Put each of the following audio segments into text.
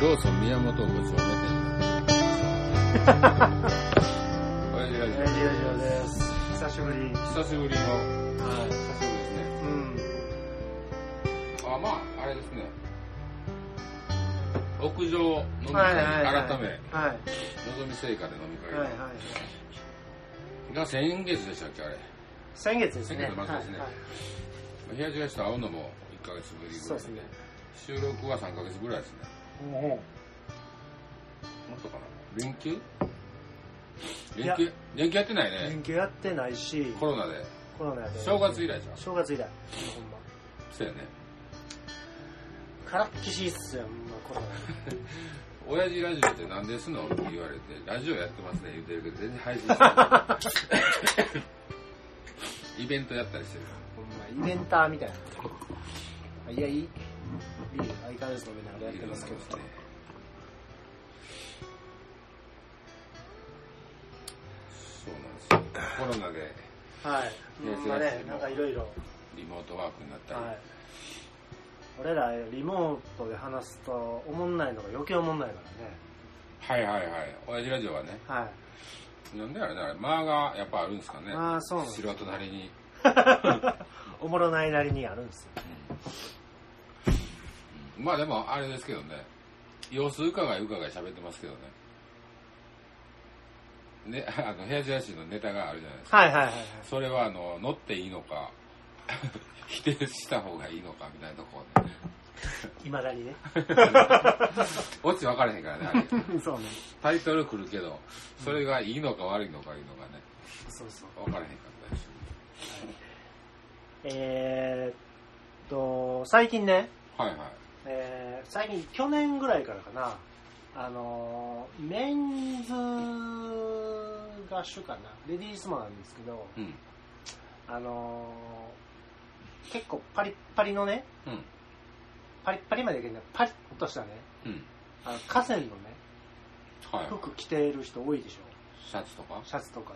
ローソン宮本5丁目店。はい、いやいラやジオジオです。久しぶり。久しぶりの、久しぶはりですねい。。うん。あ、まあ、あれですね。屋上飲みは会、いはいはい。改め、はい。のぞみ製菓で飲み会、はいはいはい。が先月でしたっけ、あれ。先月ですね。先月の末ですねはい冷やしがした会うのも1ヶ月ぶりぐらいでそうですね収録は3ヶ月ぐらいですね。はい。ももっとかな連休い連や、休連休やってないうね。連休やってないし、コロナで。コロナやで。正月以来じゃん。正月以来。ほんま。そうやね。からっきしいっすよ、ほんまコロナ。親父ラジオって何ですのって言われて、ラジオやってますね言ってるけど、全然配信してない。イベントやったりしてる。ほんま、イベンターみたいな。あいや、いい。いい。相変わらず飲みながらやってますけど。そうなんですよ。コロナではい。いやほんまそうでねす、なんかいろいろ。リモートワークになったり、はい。俺らリモートで話すと、おもんないのが余計おもんないからね。はいはいはい。親父ラジオはね、はい。なんであれだ、あれ、間がやっぱあるんですかね。ああ、そうなんです素人なりに。おもろないなりにあるんですよ。うんまあでも、あれですけどね、様子うかがいうかがい喋ってますけどね。ね、 あの、ヘアジャーシーのネタがあるじゃないですか。はいはいはいはい。それは、あの、乗っていいのか、 否定した方がいいのかみたいなところね。いまだにね。落ち分からへんからね、あ れ。 そうね。タイトル来るけど、それがいいのか悪いのかいうのがね、そうそう。分からへんかったりする。えー、っと、最近ね、はいはい。えー、最近、去年ぐらいからかな、あのー、メンズが主かな、レディースもなんですけど、うん。あのー、結構パリッパリのね、うん。パリッパリまでいけんない、パリッとしたね、うん。あの河川のね、はい。服着てる人多いでしょ。シャツとか、シャツとか、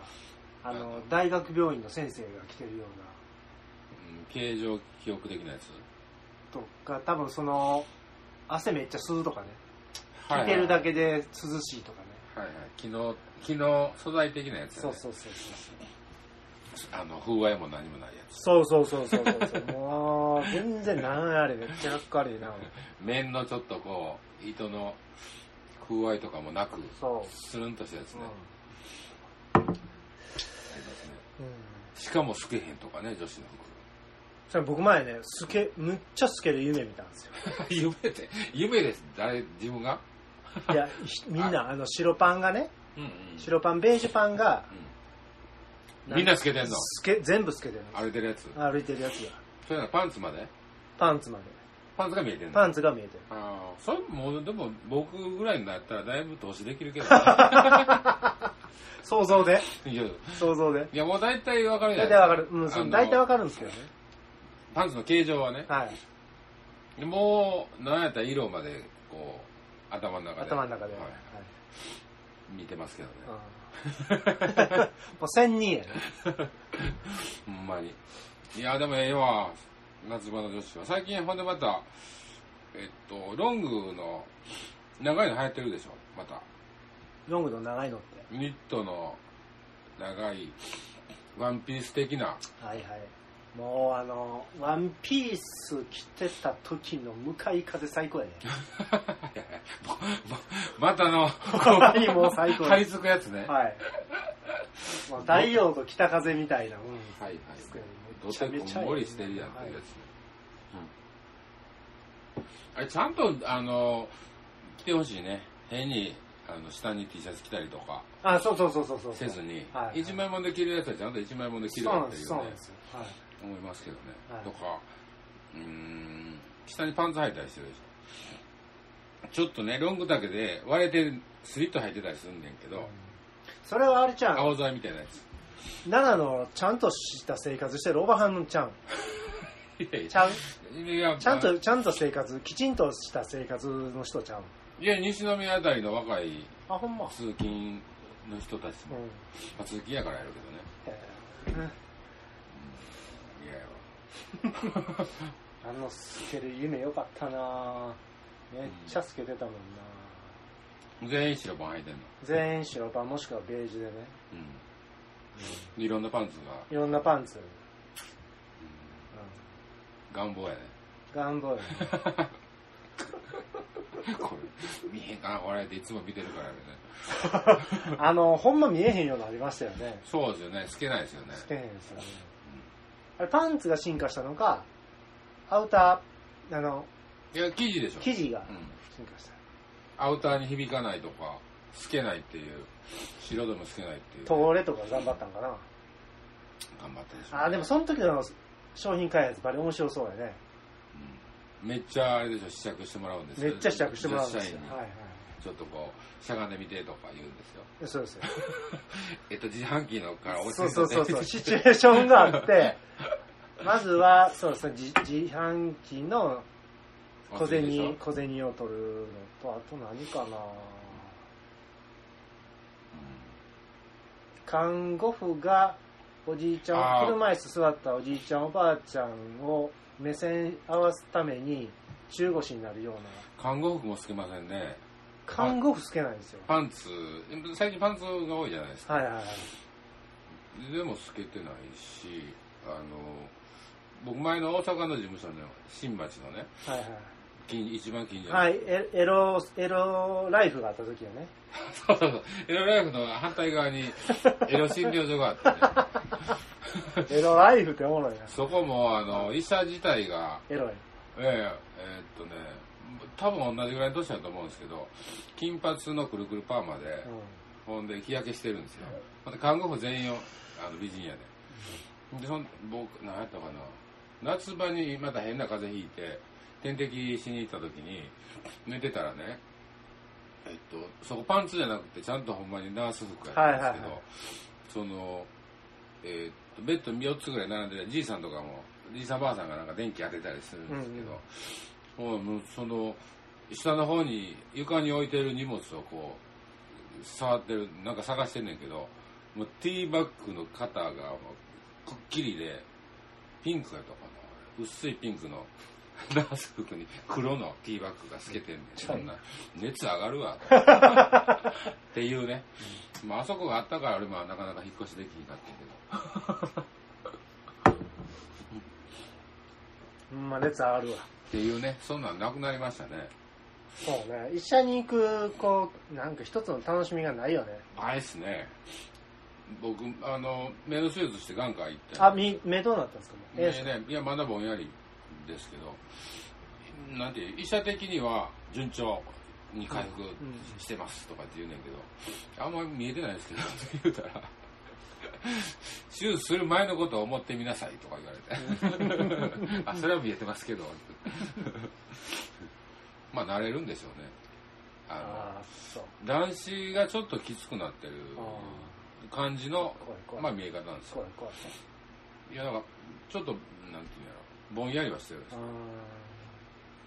あはのい、大学病院の先生が着てるよううん、形状記憶的なやつ。な、とか、多分その、汗めっちゃ吸うとかね、はい着てるだけで涼しいとかね。はいはい。機能、機能素材的なやつ、ね。そうそうそうそう。あの、風合いも何もないやつ。そうそうそうそうそうそう。もう、全然なんやあれ、めっちゃかっこ悪いな。面のちょっとこう、糸の風合いとかもなく、そスルンとしたやつう。ね。ありますねうん。しかも透けへんとかね、女子のそれ僕前ね、透け、むっちゃ透ける 夢見たんですよ。服。夢で、夢です。誰、自分がいや、ひみんな、あの、白パンがね、うんうん。白パン、ベージュパンが、うん、みんな透けてんの透け、全部透けてる歩いてるやつ。歩いてるやつが、そういうのパンツまでパンツまで。パンツが見えてんのパンツが見えてる。ああ、それもう、でも僕ぐらいになったらだいぶ投資でき るけど、ね、想像でいや想像で。いやもう大体わかるじゃない大体わかる。うん、あそうの大体わかるんですけどね。パンツの形状はね。はい。でもう、なんやったら色まで、こう、頭の中で。頭の中で。ははいい。見てますけどね。うん もう千人やね。ほんまに。いや、でもええわ、夏場の女子は。最近ほんでまた、えっと、ロングの、長いの流行ってるでしょ、また。ロングの長いのって。ニットの長い、ワンピース的な。 はいはい。もうあの、ワンピース着てた時の向かい風最 高やね。また の、ほんまにもう最 高張り付くやつね。はい。もう太陽と北風みたいな。うん。はいはい。どめうちゃせめちこゃんもりしてるやんっていうやつね。うんあれ、ちゃんと、あの、着てほしいね。変に、あの、下に T シャツ着たりとかあ、そうそうそうそうそう。せずにはいは、い一枚もんで着るやつはちゃんと一枚もんで着るそうやなんっでていす、うそうなんねで、す。はい。思いますけどねはい。とか、うーん、下にパンツ履いたりしてるでしょ。ちょっとね、ロング丈で割れてスリット履いてたりすんねんけど、それはあれちゃん、青剤みたいなやつ。奈良のちゃんとした生活してるおばはんのちゃん。いやいやちゃういやちゃんと、ちゃんと生活、きちんとした生活の人ちゃういや、西宮あたりの若いあ、ほんま。通勤の人たちうも、ん。まあ、通勤やからやるけどね。いやいやあの透ける夢よかったなぁめっちゃ透けてたもんな全員白パン履いてんの。全員白パンもしくはベージュでねうん。いろんなパンツが、いろんなパンツ、うんう願望やね。 ん、ガンボーイね これ、見へんかな、これっていつも見てるからね。あのほんま見えへんようになりましたよねそうですよね、透けないですよね。してへんですよねあれパンツが進化したのかアウターあのいや、生地でしょ。生地がうん。進化したアウターに響かないとか、透けないっていう、白でも透けないっていう。トーレとか頑張ったんかな頑張ったでしょ。あーでもその時の商品開発バリ面白そうやねうんめっちゃあれでしょ、試着してもらうんですめっちゃ試着してもらうんでですすよよ。はいはいちょっとこう、しゃがんでみてとか言うんですよ。でそうですよえっと、自販機のからそうそうそうそう、しシチュエーションがあって、まずは、そうですね、自自販機の小銭、小銭を取るのと、あと何かな看護婦が、おじいちゃん、あー車椅子座ったおじいちゃん、おばあちゃんを目線合わすために、中腰になるような、看護服も透けませんね。看護婦つけないんですよ。パンツ、最近パンツが多いじゃないですか。はいはいはい。でも透けてないし、あの、僕前の大阪の事務所の新町のね、はいはい近一番近所の、 はい、エエロ、エロライフがあった時 よね。そうそうそう、エロライフの反対側にエロ診療所があって、 ね、エロライフっておもろいな。そこもあの、医者自体が、エロい。えええーっとね、多分同じぐらいの年だと思うんですけど、金髪のくるくるパーマで、うんほんで日焼けしてるんですよ。また看護婦全員をあの美人やで。で、そん僕、なんやったかな。夏場にまた変な風邪ひいて、点滴しに行った時に、寝てたらね、えっと、そこパンツじゃなくて、ちゃんとほんまにナース服やったんですけど、はいはいはいその、えっと、ベッド4つぐらい並んでて、じいさんとかも、じいさんばあさんがなんか電気当てたりするんですけど、ほんでもうその、下の方に床に置いてる荷物をこう触ってるなんか探してんねんけどもうティーバッグの肩がもうくっきりでピンクやったかな薄いピンクの ナース服に黒のティーバッグが透けてんねんそんな熱上がる わっていうね、まああそこがあったから俺もなかなか引っ越しできんかったけうん、まあ熱上がるどっわ。ていうねそんなんなくなりましたねそうね。医者に行く、こう、なんか一つの楽しみがないよね。あれっすね僕あの目の手術して眼科行ってあ、み、目どうなったんですかもうええっすねね、いや、まだぼんやりですけど、なんていう、医者的には順調に回復してますとかって言うねんけど、あんまり見えてないですけど、って言うたら、手術する前のことを思ってみなさいとか言われ て、あ、それは見えてますけど、まあ、慣れるんでしょうね。あああ、そう。の、男子がちょっときつくなってるあ感じのあ、、怖い怖い。まあ、見え方なんですよ怖い怖い。いや、なんか、ちょっと、なんていうんやろ、ぼんやりはしてるんです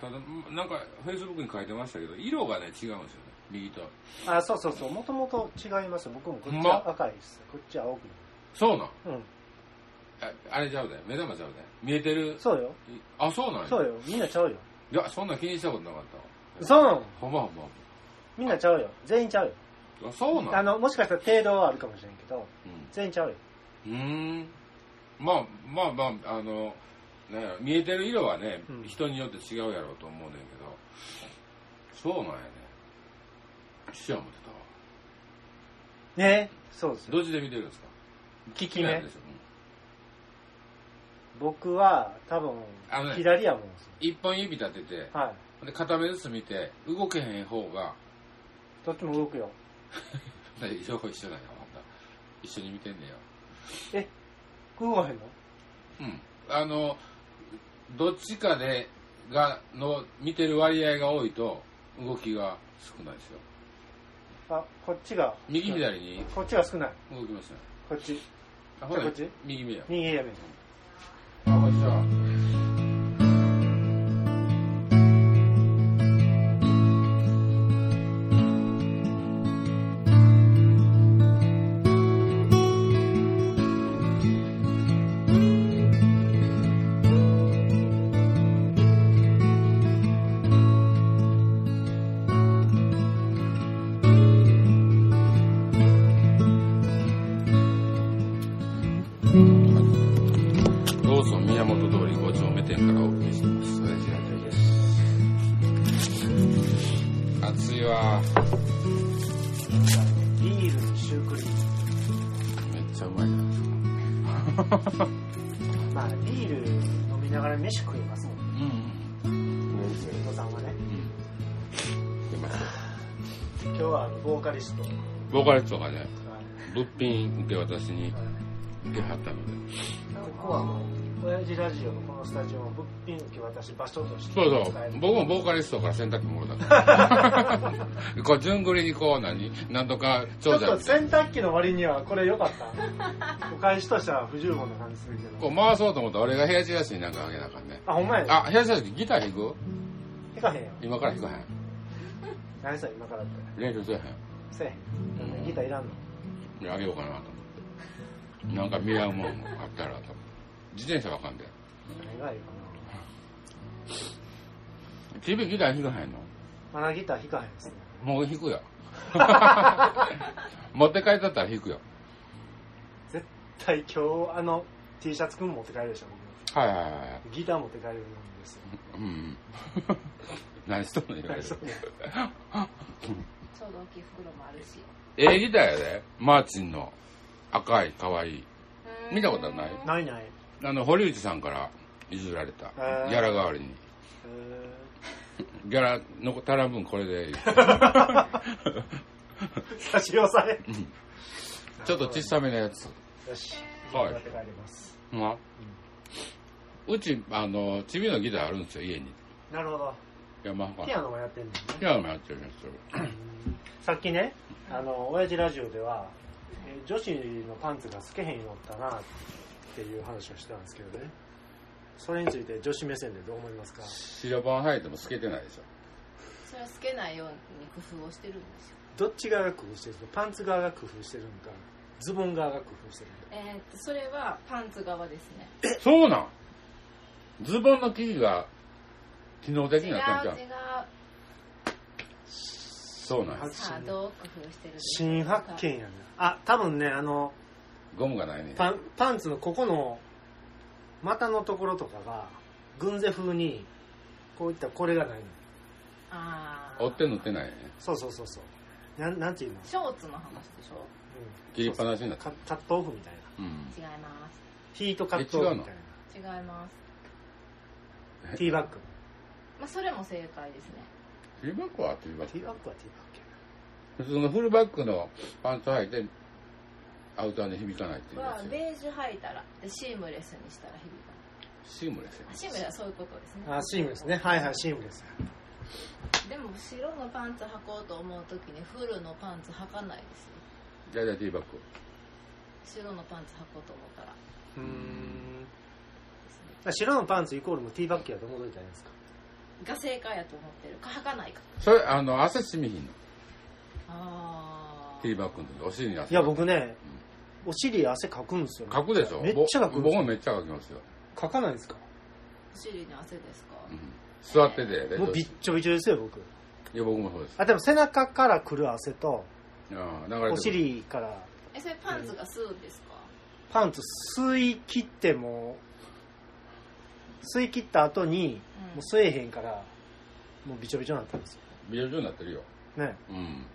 あよただ、んなんか、フェイスブックに書いてましたけど、色がね、違うんですよね。右と。ーあー、そうそうそう。もともと違いますよ。僕もこっほんちま赤いです。こっち青くそうなんなる。ああれちゃうで、目玉ちゃうで。見えてうるん。。そうよ。いあ、そうなんや。そうよ。みんなちゃうよ。いや、そんなん気にしたことなかったわ。そうなのほんまほんま。みんなちゃうよ。全員ちゃうよ。あそうなんあの、もしかしたら程度はあるかもしれんけど、全員ちゃうよ。うん。うーん。まあ、まあまあ、あの、なんやろ見えてる色はねう、ん人によって違うやろうと思うねんけど、そうなんやね。一緒や思ってたわ。ねそうですよ。どっちで見てるんですか利気きにな目るで。しょ。うん僕は多分あの、ね左やもんですよ。一本指立てて、はい。で片目ずつ見て、動けへん方が、 どっちも動くよ。だから両方一緒なんや、ほんなら一緒に見てんねや。動かへんのうん。あの、どっちかで、が、の、見てる割合が多いと、動きが少ないですよ。あ、こっちが。右左にこっちが少ない。動きますね。こっち。あ、ほらこっち、右目や。右やめあ、こんにちは。 「シュークリームめっちゃうまいじゃないですかまあビール飲みながら飯食いますもんねうん伊藤さんはねうん出ました今日はあのボーカリストボーカリストがねはい物品受け渡しにはい受けはったのでここはもう、親父ラジオのこのスタジオを物品受け渡し場所としてそうそう使える。僕もボーカリストから洗濯機もろた から。こう、順繰りにこう、何、なんとか、ちょ長っと者、洗濯機の割にはこれ良かっ た。お返しとしては不十分な感じするけこど。う回そうと思ったら俺が部屋チラシになんかあげなあかんね。あ、ほんまや。あ、部屋チラシギター弾く行かへんよ。今 から弾かへん。何さ、今からって。練習せえせえへん。なんでギターいらんのへん。あげようかなと思って。なんか見合うもんあったらと思って。自転車わかんで。何がいいか君ギター弾かへんのな。まだギター弾かへんですね。もう弾 くよ。持って帰ったったら弾くよ。絶対今日、あの、T シャツくん持って帰るでしょ、はいはいはいはい。僕。ギター持って帰るんですよ。うんうん。何しとんの言われるそうねちょうど大きい袋もあるし。ええギターやで。マーチンの赤い可愛い。見たことないないない。あの、堀内さんから譲られた。ギへえャラ代わりに。えーギャラの足らん分これで、差し押さえ。ちょっと小さめのやつ。よし。はい持って帰ります。ほんまうち、あの、チビのギターあるんですよ、家に。なるほど。山岡。ピアノもやってんのね。ピアノもやってるんですよ。 さっきね、あの、親父ラジオでは、え女子のパンツが透けへんようになったなっていう話をしてたんですけどね。それについて女子目線でどう思いますか白番履いても透けてないでしょ。それは透けないように工夫をしてるんですよ。どっち側が工夫してるんですかパンツ側が工夫してるのか、ズボン側が工夫してるのか。えーっと、それはパンツ側ですね。そうなんズボンの生地が機能的違にう違うなったんちゃう。そうなんやさあ、どう工夫してるんですか新発見やな。あ、多分ね、あの、ゴムがないね。パンパンツのここの股のところとかが、軍勢風に、こういったこれがないの。ああ。折って塗ってないね。そうそうそうそう。なん、なんていうの、ショーツの話でしょうん、切りっぱなしになったカ。カットオフみたいな。うん。違います。ヒートカットオフみたい違います。な。ティーバッグ。まあ、それも正解ですね。ティーバッグはティーバッティーグバッグはティーバッグやな。普通のフルバックのパンツ履いてアウターに響かないっていうやはつ、ベージュ履いたらでシームレスにしたら響かないシームレスやあシームレスはそういうことですねあ、シームですね。はいはい、シームです。でも白のパンツ履こうと思う時にフルのパンツ履かないじゃあじゃあティーバッグですよ白のパンツ履こうと思ったらでうーん。すね白のパンツイコールもティーバッグやと思うといたらいいんですか。が正解やと思ってるか履かないかそれあの汗染みひんのああティーバッグの時お尻に汗いや、僕ね、お尻汗かくんですよ、ね。かくでしょめっちゃかくんぼで僕すよもめっちゃかきますよ、かかないですかお尻に汗ですかうん、座ってて冷もう凍び室っちょびちょですよ、僕。いや僕もそうですあ、でも背中から来る汗と、あ流れてお尻からえそれパンツが吸うんですかパンツ吸い切っても、吸い切った後に、もう吸えへんから、もうびちょびちょになったんですよ。ビヨビヨになってるよね。うん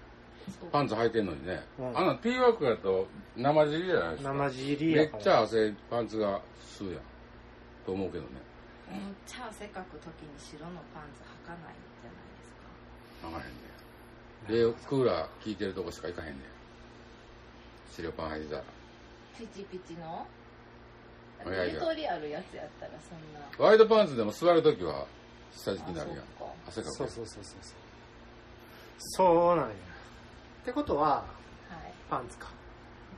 そうパンツ履いてんのにね、うんあのティーバッグだと生尻じゃないですか生尻めやかっら。ちゃ汗パンツが吸うやんと思うけどねめっちゃ汗かく時に白のパンツ履かないじゃないですか流れへんねでクーラー効いてるとこしか行かへんねんシルパン履いてたらピチピチのいやいやゆとりあるやつやったらそんなワイドパンツでも座るときは下敷きになるやんあそ汗うかかくそやうんそうそうそうそうそうなんやってことははいパンツか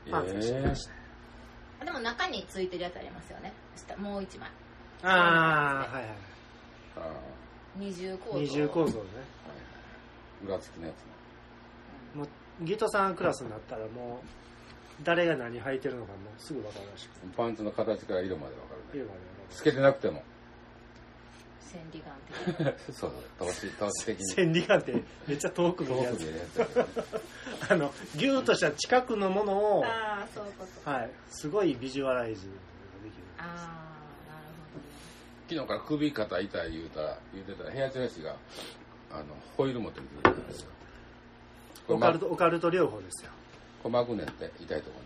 えパンツにしてえました、あでも中についてるやつありますよね下もう一枚ああはいはいああは二重構造二重構造ねい裏付きのやつねもうギトさんクラスになったらもう誰が何履いてるのかもうすぐ分かるらしくてパンツの形から色までわかる言ねうまで透けてなくても千里眼 的なそうそう投資投資的に千里眼ってめっちゃ遠く見るや遠くつでやつやけどねあのギューとした近くのものをああそういうことはいすごいビジュアライズができるああなるほどね昨日から首肩痛い言うたら言うてたら部屋チラシがあのホイール持ってきてくれたんですよこれオカルトオカルト療法ですよこれ巻くねんって痛いとこ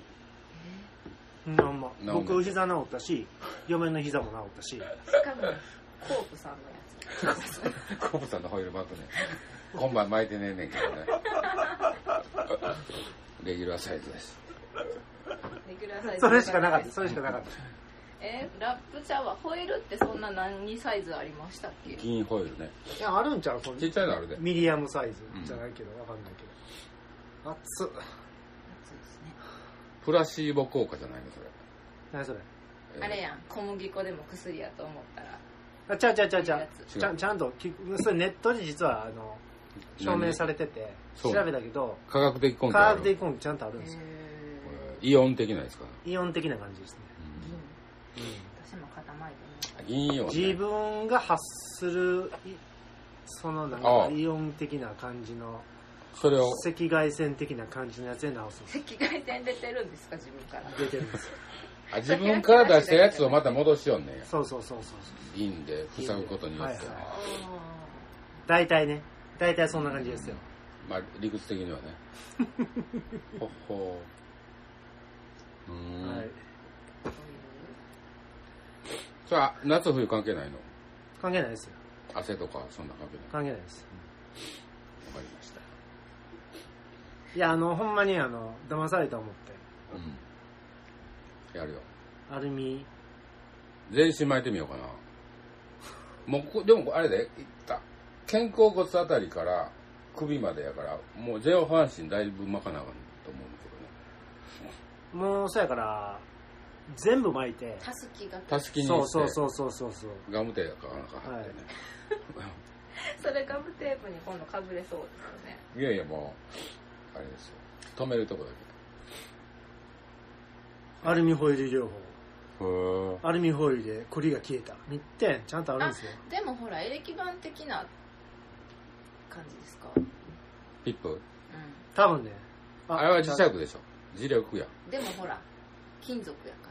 ろにうんほんま治んない僕膝治った し嫁の膝も治ったししかもコープさんのやコブさんのホイール巻くねん今晩巻いてねえねんけどね レギュラーサイズですつレギュラーサイズそれしかなかったそれしかなかったえラップ茶はホイールってそんな何サイズありましたっけ銀ホイールねいやあるんちゃうそのちっちゃいのあるでミディアムサイズじゃないけどわかんないけど熱っそうですねプラシーボ効果じゃないのそれ、何それえーあれやん小麦粉でも薬やと思ったらあちゃうちゃうちゃうちゃいういやつちゃんちゃんと聞くそれネットで実はあの証明されててそ調うべたけど科学的根拠カあーるブでコンちゃんとあるんですよへこーれイオン的なやつかな、イオン的な感じですね、銀私も固まりでね銀イオン、ね、自分が発するいそのなんあかあイオン的な感じのそれを赤外線的な感じのやつで直すんです赤外線出てるんですか自分から出てるんですよあ自分から出したやつをまた戻しよんねんやそうそうそうそうそう銀で塞ぐことによって、銀ではいはあ大体ね大体そんな感じですよ、まあ理屈的に はねほっほううーん、はい、ーそれは夏冬関係ないの関係ないですよ汗とかそんな関係ないわか関係ないですりましたいやあのほんまにあの騙された思ってうんやるよアルミ全身巻いてみようかなもうこでもあれでいった肩甲骨あたりから首までやからもう全半身だいぶ巻かなあかんと思うんだけどねもうそやから全部巻いてたすきがたすきにしてそうそうそうそうそうそうガムテープかなんか貼ってね、それガムテープに今度かぶれそうですよね い、やいやもうあれですよ止めるとこだアルミホイル療法けへアルミホイルで栗が消えた3点ちゃんとあるんですよでもほらエレキ板的な感じですかピップう多分ねあれは磁石でしょ磁力やんでもほら金属やか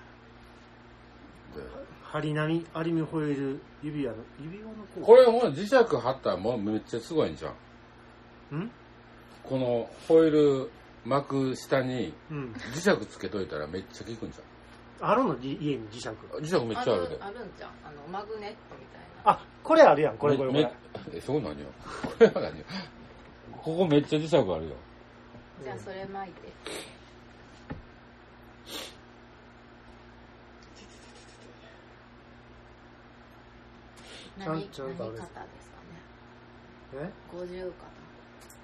ら張り波アルミホイル指輪の指輪のここれほら磁石貼ったらもうめっちゃすごいんじゃんうんこのホイール巻く下にうん磁石つけといたらめっちゃ効くんじあるのじ家に磁石ゃん磁石めっちゃあるでるあるんじゃんあのマグネットみたいなあこれあるやんこれこれこめれめえそうなんよこれは何よここめっちゃ磁石あるよじゃあそれ巻いてちゃん何ちゃんとあれで何肩ですすかねえ50肩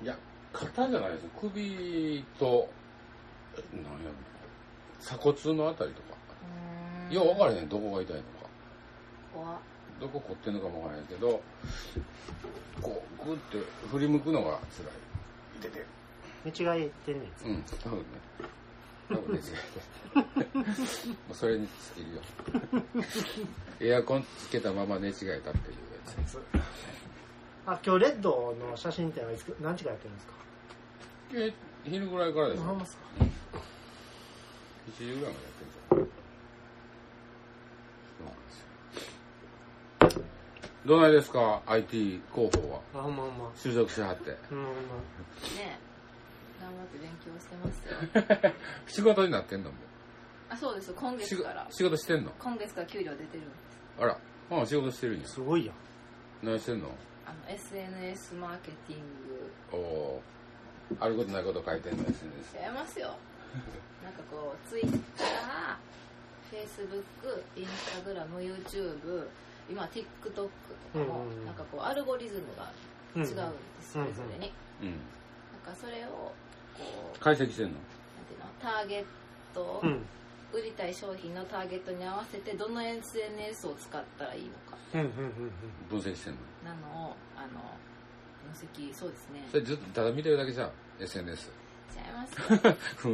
いや肩じゃないですよ首と何やろ鎖骨のあたりとかうーんよう分からへんどこが痛いのか怖っどこ凝ってんのかもわからへんけどこうグッて振り向くのが辛い道が言ってんねんうん多分ね多分ね違う もうそれに尽きるよエアコンつけたまま寝違えたっていうやつあ今日レッドの写真展はいつ何時からやってるんですかえ昼ぐらいからでしょほんまっすか1時ぐらいまでやってるじゃんそうなんですよどうないですか IT 広報はあほんまほんま就職しはってうんほんまねえ頑張って勉強してますよ仕事になってんのもあそうです今う月から仕仕事してんの今月から給料出てるんですあらああ仕事してるんやすごいやん何してんのあの SNS マーケティングおおーあることないこと書いてんの SNS やりますよなんかこうツイッターフェイスブックインスタグラム YouTube 今 TikTok とかも、うんうんうんなんかこうアルゴリズムがうん違うんです、うんそれぞれに、うんなんかそれをこう解析してんのなんていうのターゲットを、うん売りたい商品のターゲットに合わせてどの SNS を使ったらいいのかうんうんうん分析してんのなのをあの分析そうですねそれずっとただ見てるだけじゃん SNS ちゃいますよふー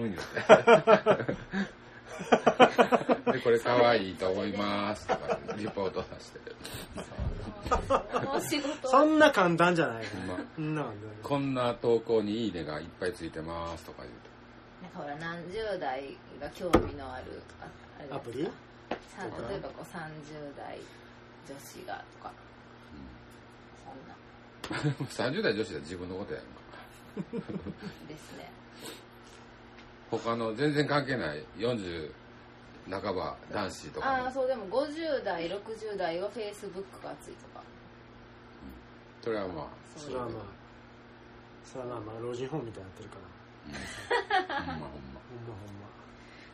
ん言ってでこれ可愛いと思いますとかリポート出してこの 仕事そはんな簡単じゃないほんまそんな簡単こんな投稿に「いいね」がいっぱいついてますとか言うなんかほら何十代が興味のあるああれアプリさとか例えばこう30代女子がとかそんな と、うん、30代女子で自分のことやるかですね他の全然関係ない40半ば男子とあかあもそうでも50代60代はフェイスブックが熱いとかそれはまあそれはまあそれはまあ老人ホームみたいになってるか ほらんまほんほんまほん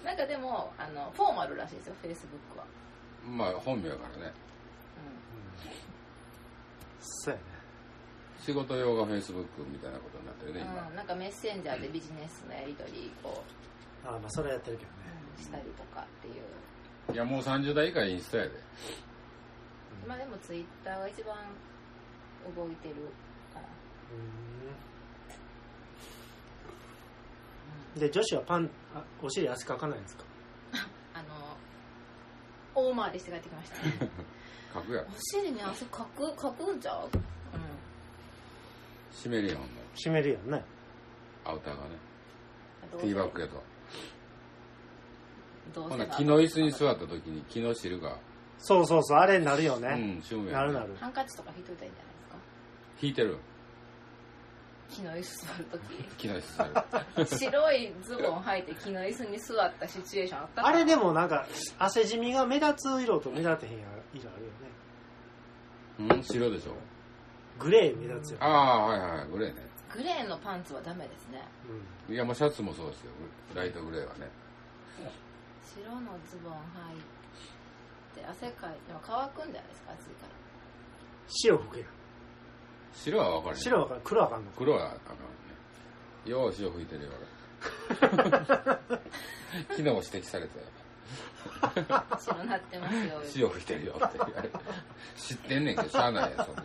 まなんかでもあのフォーマルらしいですよフェイスブックは、ままあ本名やからねううんそうやね仕事用がフェイスブックみたいなことになってるねんうん、なんかメッセンジャーでビジネスのやり取りをああまあそれはやってるけどねしたりとかっていう、今いやもう30代以下インスタやでうんまあでもツイッターが一番動いてるから、うんで女子はパンあお尻汗かかないんですかあの大回りして帰ってきました ね書くやろお尻に汗かくかくんちゃううん締めるやんもう締めるよねアウターがねあとティーバッグやとどうほせなな木の椅子に座った時に木の汁がそうそうそうあれになるようね、ん趣味なやるねなるハンカチとか引いといたらいいんじゃないですか引いてる木の椅子座ると木の椅子座るき白いズボン履いて木の椅子に座ったシチュエーションあったかあれでももなんか汗じみが目立つ色と目立てへん色あるよねうん白でしょグレー目立つよ、ああはいはいグレーねグレーのパンツはダメですねうんいやもうシャツもそうですよライトグレーはね白のズボン履いて汗かいてでも乾くんじゃないですか暑いから白吹くやん白は分かる白はあかん黒はあかんのか黒はあかんねよう塩吹いてるよ俺 昨日指摘されて白なってます よ塩吹いてるよって言われて知ってんねんけどしゃあないやそんな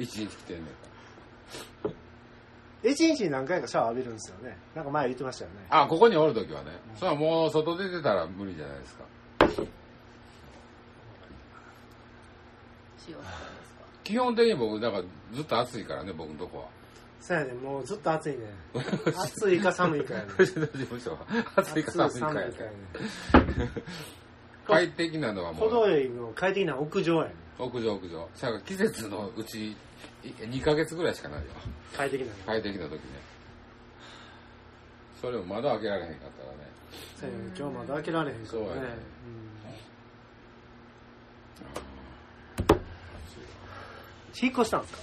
一日来てんねんから一日に何回かシャワー浴びるんですよねなんか前言ってましたよねあここにおる時はねそれはもう外出てたら無理じゃないですか塩って言うんですか基本的に僕だからずっと暑いからね僕のとこはそうやねもうずっと暑いね 暑いか寒い か やね藤田事務所は暑いか寒いかや寒ねいかやね快適なのはもう程よいの快適な屋上やね屋上屋上そやから季節のうち2ヶ月ぐらいしかないよ快適なの快適な時ねそれを窓開けられへんかったらねそうやね今日まだ開けられへんかそうやらねねうん引っ越したんですか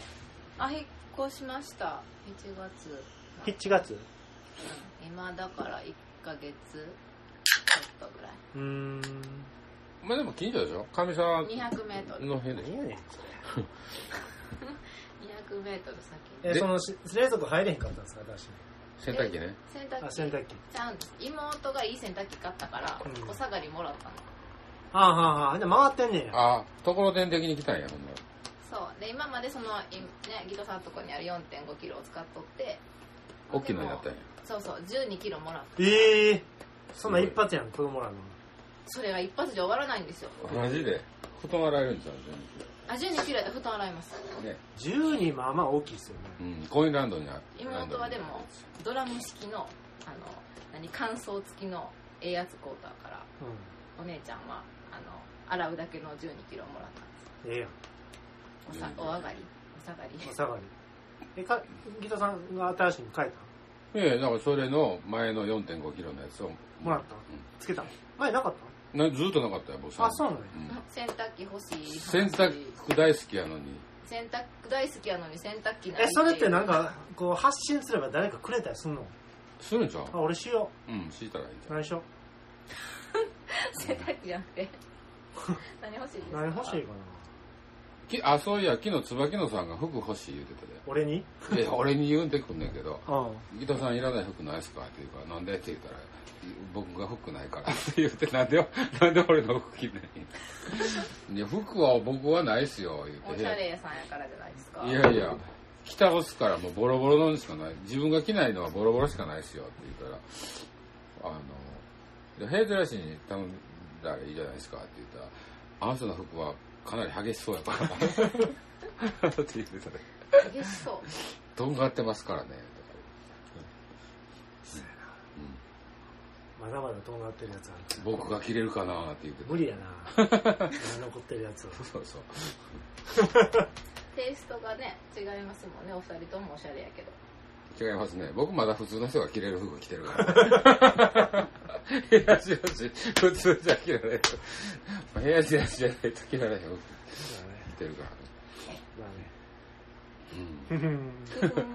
あ引っ越しました7月7月うん今だから1ヶ月ちょっとぐらいうーんまあでも近所でしょ上沢 200m200m の辺でし何やねん先えでそのし冷蔵庫入れへんかったんですか私ょ洗濯機ね洗濯あ機洗濯機ちゃん妹がいい洗濯機買ったから、うんお下がりもらったのああはあはあで回ってんねんやああところてん的に来たんやほんならそうで今までその、いね、ギトさんのとこにある4 5キロを使っとって大きいのになったんやそうそう1 2キロもらったええそんなん一発やん子供らのそれが一発じゃ終わらないんですよマジで布団洗えるんちゃうあ1 2キロやったら布団洗います全然ね12まあまあ大きいですよねうんコインランドにあ妹はでもドラム式のあの何乾燥付きのええやつ買うたからうお姉ちゃんはあの洗うだけの1 2キロもらったんですんええやんおさお上がりお下がりお下がりえかギターさんが新しいの書いたのええだからそれの前の4 5キロのやつをもらったつけたの前なかっうんなずっとなかったよ僕たのあそうなのうん 洗濯機欲しい洗濯機大好きやのに洗濯大好きやのに洗濯機ないえそれってなんんかこう発信すれば誰かくれたりすんのするんちゃあう俺しようん敷いたらいいんちうゃう何しよ 洗濯機じゃなくて 何欲しいですうか何欲しいかなきあそういや昨日椿野さんが服欲しい言うてたで俺に で俺に言うんてくんねんけどう「んギタさんいらない服ないですか?」って言うから「なんで?」って言ったら「僕が服ないから」って言って「なんで なんで俺の服着ないん?」いや服は僕はないっすよ」言おうしゃてれさんやからじゃないですか「いやいや着倒すからもうボロボロのしかない自分が着ないのはボロボロしかないっすよ」って言うから「あのヘイズラシに頼んだらいいじゃないですか」って言ったら「あの人の服はかなり激しそうやから」って言ってたね激しそうとんがってますからね」まだまだとんがってるやつある僕が着れるかなーって言って た無理やな残ってるやつはそうそうテイストがね違いますもんねお二人ともおしゃれやけど違いますね僕まだ普通の人が着れる服着てるから 部屋しらし普通じゃ着られないと部屋しらしじゃないと着られない服着てるからねまあねうんふふ んくる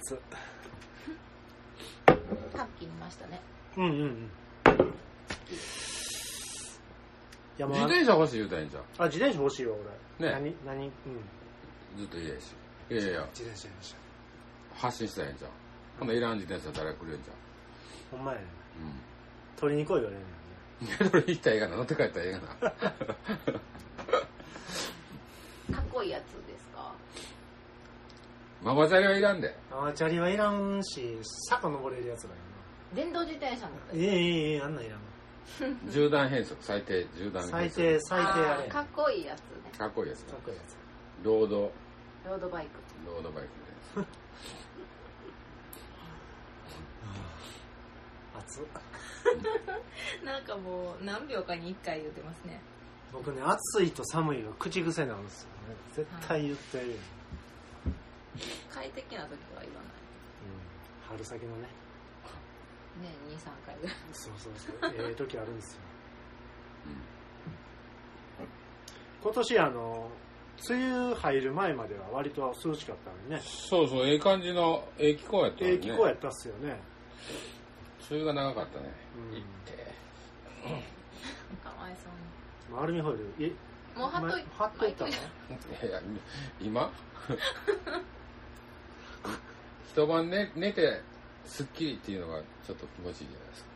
熱っんタッキー見ましたねうんうんうん山自転車欲しい言うたらいいんじゃんあ自転車欲しいよ俺ね何何うんずっと家やしいやいや自転車やりまし発信したらいいんじゃんほんないらん自転車誰がくれんじゃんたほんまやねうん取りに来いよねそれ行ったらええがな乗って帰ったらええがな かっこいいやつですかママチャリはいらんであーチャリはいらんし坂登れるやつだよ電動自転車のなええええええあんなんいらん縦断変速最低縦断の変速最低最低ああれーかかっっこいいやつねかっこいいやつこいいやつロードロードバイクロードバイク熱っなんかもう何秒かに1回言ってますね僕ね暑いと寒いが口癖なんですよね絶対言ってるよね、快適な時は言わなういん、春先のねね23回ぐらいそうそうそうええ時あるんですよで今年あの梅雨入る前までは割と涼しかったのにねす、うん、そうそうええ感じのええ気候やったのえにえ気候やったっすよね、それが長かったねうかわいそうにん、アルミホイルえもう貼っとい貼っといたのまあいや今 一晩寝寝てすっきりっていうのがちょっと気持ちいいじゃないですか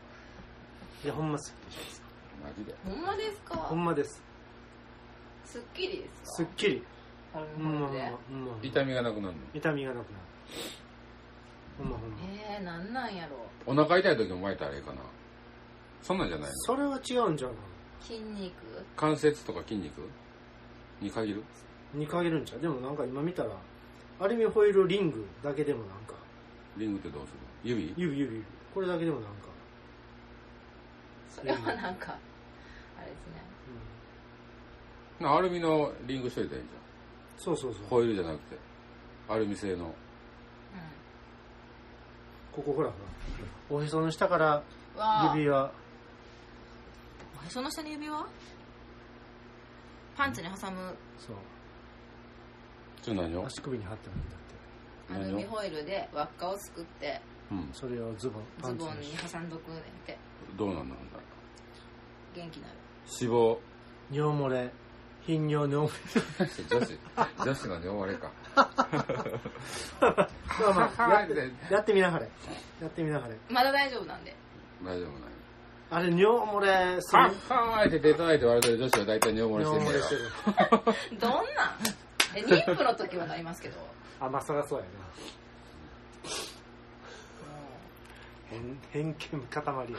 いやほんまですっきりしますマジでほんまですほかんまですすっきりですすっかきりほんほんままほんまでほんま痛みがなくなる痛みがなくなるほんまほんまえー、なんなんやろのお腹痛い時も巻いたらええかなそんなんじゃないのそれは違うんじゃない筋肉関節とか筋肉に限る2回いるんちゃうでもなんか今見たらアルミホイルリングだけでもなんかリングってどうする指指指指これだけでもなんか、それはなんかあれですねうん、なアルミのリングしといたらいいじそうそうゃんそうホイールじゃなくてアルミ製のここほらほらおへその下からうんわあ指輪おへその下に指輪パンツに挟むそうそれ何を足首に貼ってもいいんだってアルミホイルで輪っかをすくってうんそれをズボンパズンツボン ににして挟んどくねんってどうなんだろうな元気になる脂肪 尿漏れ頻尿尿漏女子女子の尿漏れかれまあまあや大っ丈やってみなはれやってみなはれまだ大丈夫なんで夫ないあれ尿漏れすカるンカンって手叩いて割れてる女子は大体尿漏れしてるん尿漏だれよしてるどんなんえ妊婦の時はなりますけどもあまあそりゃそうやなう偏偏見塊や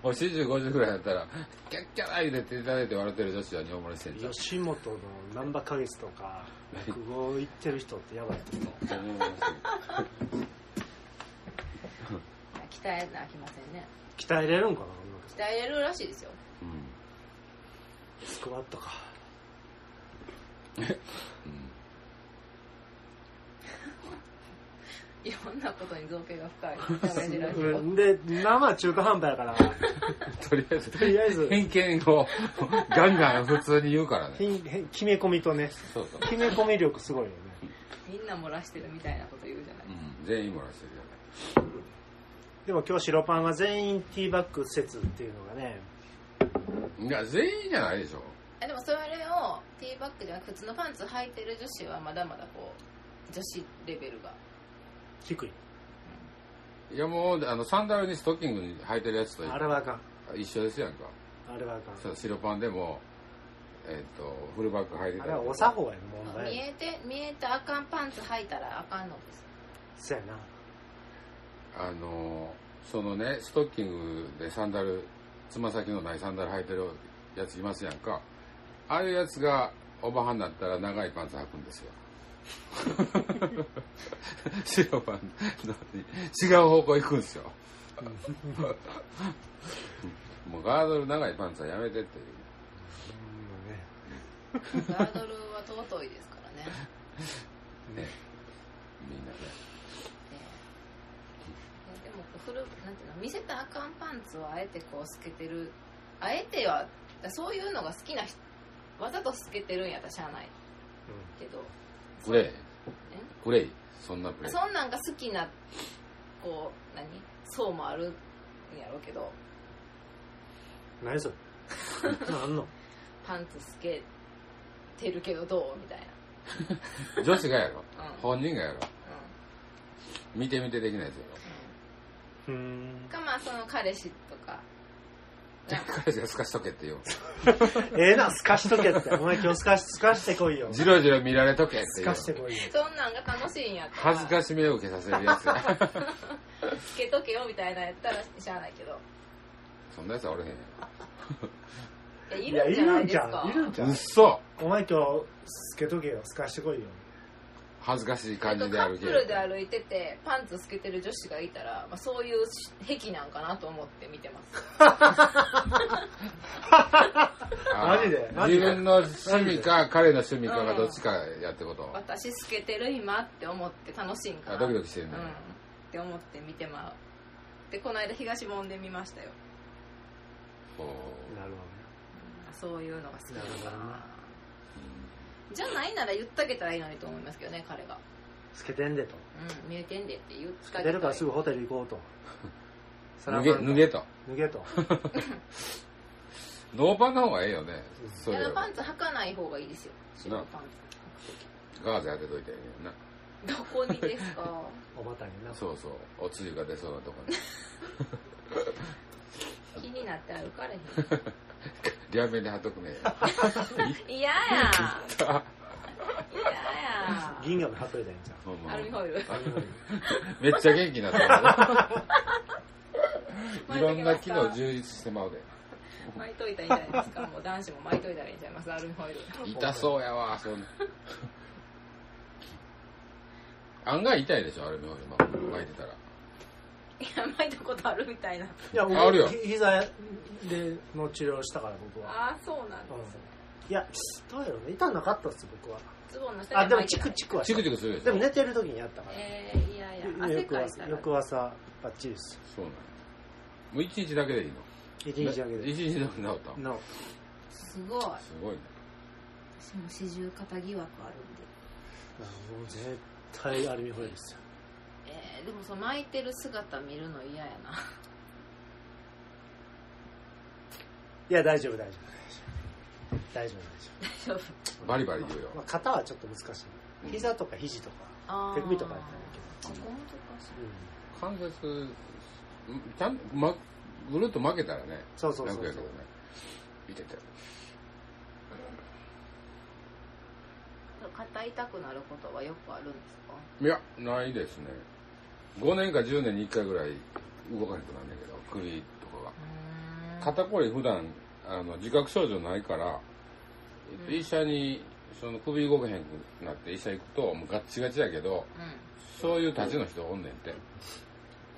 もう4050ぐらいだったらキャッキャー言うて手叩いて割れてる女子は尿漏れしてんじゃん吉本の難波花月とか落語行ってる人ってやばい尿漏れしてる鍛えなあきませんね鍛えれるんかな鍛えれるらしいですようんスクワットかうんいろんなことに造形が深いラジオうんで生中途半端やからとりあえずとりあえず偏見をガンガン普通に言うから ね偏偏決め込みとねそうそう、決め込み力すごいよねみんな漏らしてるみたいなこと言うじゃないうん、全員漏らしてるよねでも今日白パンは全員ティーバッグ説っていうのがねいや、全員じゃないでしょ。えでもそれをティーバッグじゃなく普通のパンツ履いてる女子はまだまだこう女子レベルが低いいや、もう、あの、サンダルにストッキングに履いてるやつとあれはあかん一緒ですやんか。あれはあかんそう、白パンでも、えっ、と、フルバック履いてあたれらはお作法やね問見題えて見えたあかんパンツ履いたらあかんのですそうやなあの、そのね、ストッキングでサンダル、つま先のないサンダル履いてるやついますやんか。あるやつが、おばはんだったら長いパンツ履くんですよ。白パンのに違う方向行くんですよ。もうガードル長いパンツはやめてっていう。ガードルは尊いですからねねみんなねいやでもこう古くなんていうの見せたらあかんパンツをあえてこう透けてるあえてはそういうのが好きな人わざと透けてるんやったらしゃあないけどグレイグレイそんなプレイそんなんが好きなこう何層もあるんやろうけどうん。何それ何のパンツ透けてるけどどうみたい女子がやろな、うんうん本人がやろ見て見てできないですようーんうん、。かまあその彼氏とか 彼氏がすかしとけってよええな、すかしとけって。お前今日すかし、すかしてこいよ。じろじろ見られとけってすよかしてこいよ。そんなんが楽しいんやったら恥ずかしめを受けさせるや つやつけとけよみたいなやったらしゃあないけどそんなやつはおれへんやいいやや、いるんいじゃなるんじゃん。いいですかるんじゃうんっ。そお前今日、すけとけよ。すかしてこいよ。恥ずかしいなん感かじでカ歩ップけルで歩いててパンツ透けてる女子がいたら、まあ、そういう癖なんかなと思って見てますあーマジでマジ自で分の趣味か彼の趣味かがどっちかやってこと私透けてる今って思って楽しいんかあなドキドキしてうんんねって思って見てまうでこの間東もんで見ましたよ、こなるほうんそういうのが好きななのかるほどななううんじゃないなら言ってあげたらいいのにと思いますけどね彼がど。すけてんでと。 「うん見えてんで」って言ってすあけてげたるからすぐいホテル行こうと。 脱げ脱げと脱 げと。ノーパンの方がええよねうんそれいよやりパンツ履かない方がいいですよ白いパンガーゼ当てといてええよツどこにですか おまたになな。そうそうおつゆが出そうなとこに気になって歩かれへん 両面で貼っとく ね嫌や嫌やあ銀河の貼っといたらいいんじゃん。ほんまアルミホイル めっちゃ元気にな ったもんいろんな機能巻充実してまうでいといたらいいんじゃないですかもう男子も巻いといたらいいんちゃいますアルミホイル痛そうやわそんな案外痛いでしょアルミホイル巻いてたらいや巻いたことあるみたいないや、あるよ僕、ひ膝での治療したから、僕は。ああそうなんですねいや、どうやろうね。痛なかったっす、僕は。ズボンの下あ、にでも、巻いチてクないチクはしチたクチクするでしょでも寝てる時にやったから。えー、いやいや汗翌かいた朝、ら翌朝、バッチリです。そうなんやもう一日だけでいいの一日だけで。一日だけ治ったの、すごいすごいね私も四十肩疑惑あるんであもう絶対アルミホイルですよ。えー、でもその巻いてる姿見るの嫌やないや、大丈夫、大丈夫。大丈夫、大丈大丈夫バリバリ言うよ夫。まあ、肩はちょっと難しうんい。膝とか肘とか、あ手首とかやったらいいあここのとこしけど。うん。関節ちゃんまぐるっと負けたらねそうそう楽そうやそけうどね。見てて肩痛くなることはよくあるんですかいやないですね5年か10年に1回ぐらい動かなくなんだけど首とかが肩こり普段あの自覚症状ないから、えっと、うん医者にその首動かへんくなって医者行くともうガッチガチやけどうそういうたちの人おんねんて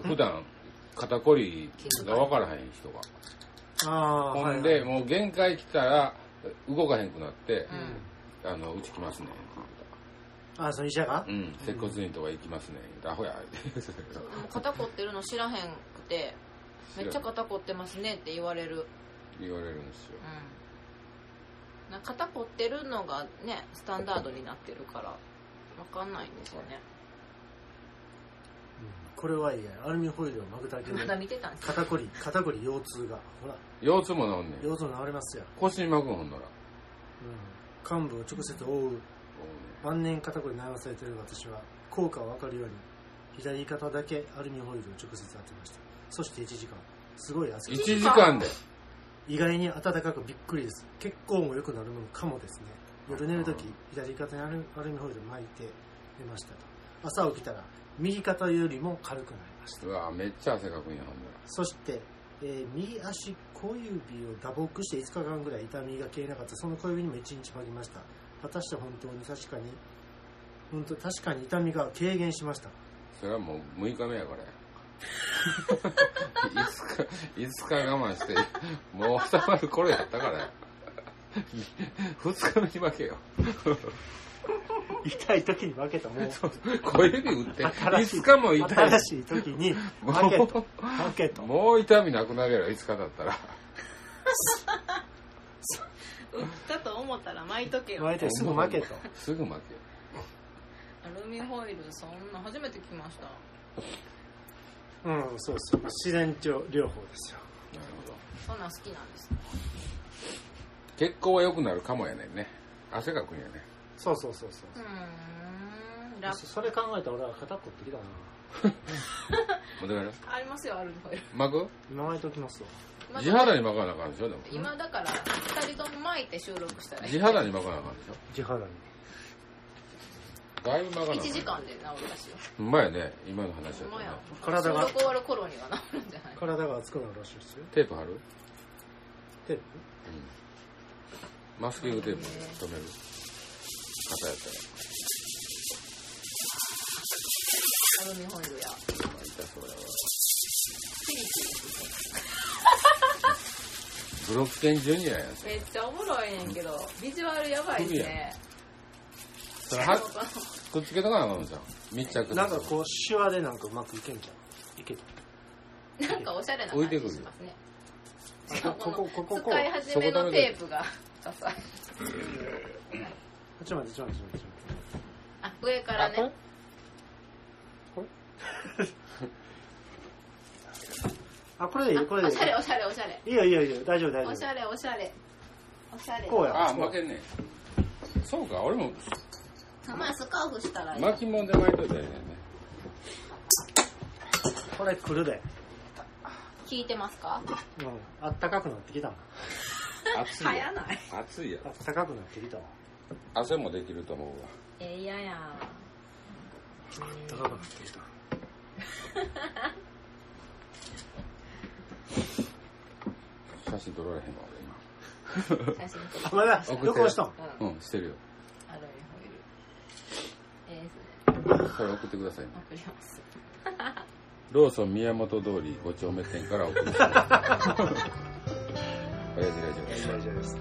普段肩こりが分からへん人がああほんで、もう限界来たら動かへんくなって「あのうち来ますね」って言うああ、その医者がたうん接骨院とか行きますね」言うてアホや」ん、もう肩凝ってるの知らへんくて めっちゃ肩凝ってますねって言われる、言われるんですようん、な肩凝ってるのがねスタンダードになってるから分かんないんですよねこれはいいや。アルミホイルを巻くだけまだで。見てたんですよ肩こり、肩こり、腰痛が。ほら、腰痛も治んねん腰痛治りますよ。腰に巻くんほんならうん。幹部を直接覆うおうね万年肩こりに悩まされている私は効果を分かるように左肩だけアルミホイルを直接当てましたそして1時間すごい汗が1時間で意外に暖かくびっくりです血行も良くなるものかもですね夜寝るときうん左肩にアルアルミホイルを巻いて寝ましたと朝起きたら右肩よりも軽くなりましたうわめっちゃ汗かくんやほんならそして、えー右足小指を打撲して5日間ぐらい痛みが消えなかったその小指にも1日巻きました果たして本当に確かに本当確かに痛みが軽減しましたそれはもう6日目やから や5日5日我慢してもう収まる頃やったからや2日目に負けよ痛い時に分け ともう小指打って、新いしいつかも痛い新。しい時にも分けとう分けともう痛みなくなるやろ、いつかだったら。打ったと思ったら巻いとけよ巻いてすぐ負けとすぐ負けよ。アルミホイルそんな初めて聞きましたうんそうそう自然療療法ですよなるほど。そんなん好きなんですね血行は良くなるかもやねんね。汗かくんやね。そうそうそうそううーんラそッそれ考えたら俺は肩凝ってきたな戻れるプありますよアルミホイル巻く今巻いときますわ今地肌に巻かなあかんでしょ、でも。今だから2人とも巻いて収録したら地肌に巻かなあかんでしょ。地肌にだいぶ巻かなあかん。 1時間で治るらしいよほんまやね、今の話だとほんまねや。体が収録終わる頃には治るんじゃない体が熱くなるらしいですよテープ貼るテープうんマスキングテープ止める肩やったらアルミホイルやあ痛そうやわピリピリブロッケンジュニアやんめっちゃおもろいねんけど、ビジュアルやばいね。それはくっつけとかなあかんのじゃん密着なんかこうシワでなんかうまくいけんじゃんいけたなんかおしゃれな感じしますね。しかもここここここ使い始めのテープが、ちょっと待ってちょっと待ってちょっと待ってあ、上からあこれね。あこれでいいこれあでいいおしゃれおしゃれおしゃれ。いいよいいよいいよ大丈夫大おし丈ゃれおしゃれ。おしゃれ。夫こうやああこう負けんねんそうか俺もたまにスカーフしたらいい。巻きもんで巻いといたらいいねんねこれくるで聞いてますかうんあったかくなってきたもん熱いはややない。熱いやあったかくなってきたわ汗もできると思うわえー、いややん。あったかくなってきた写真撮られへんわ写真撮あまだ送って録音したんる。う俺今うん。んしてるよアルミホイル。ええですね。それ送ってくださいね送ります。ローソン宮本通り5丁目店から送ってください親父ラジオです大丈夫です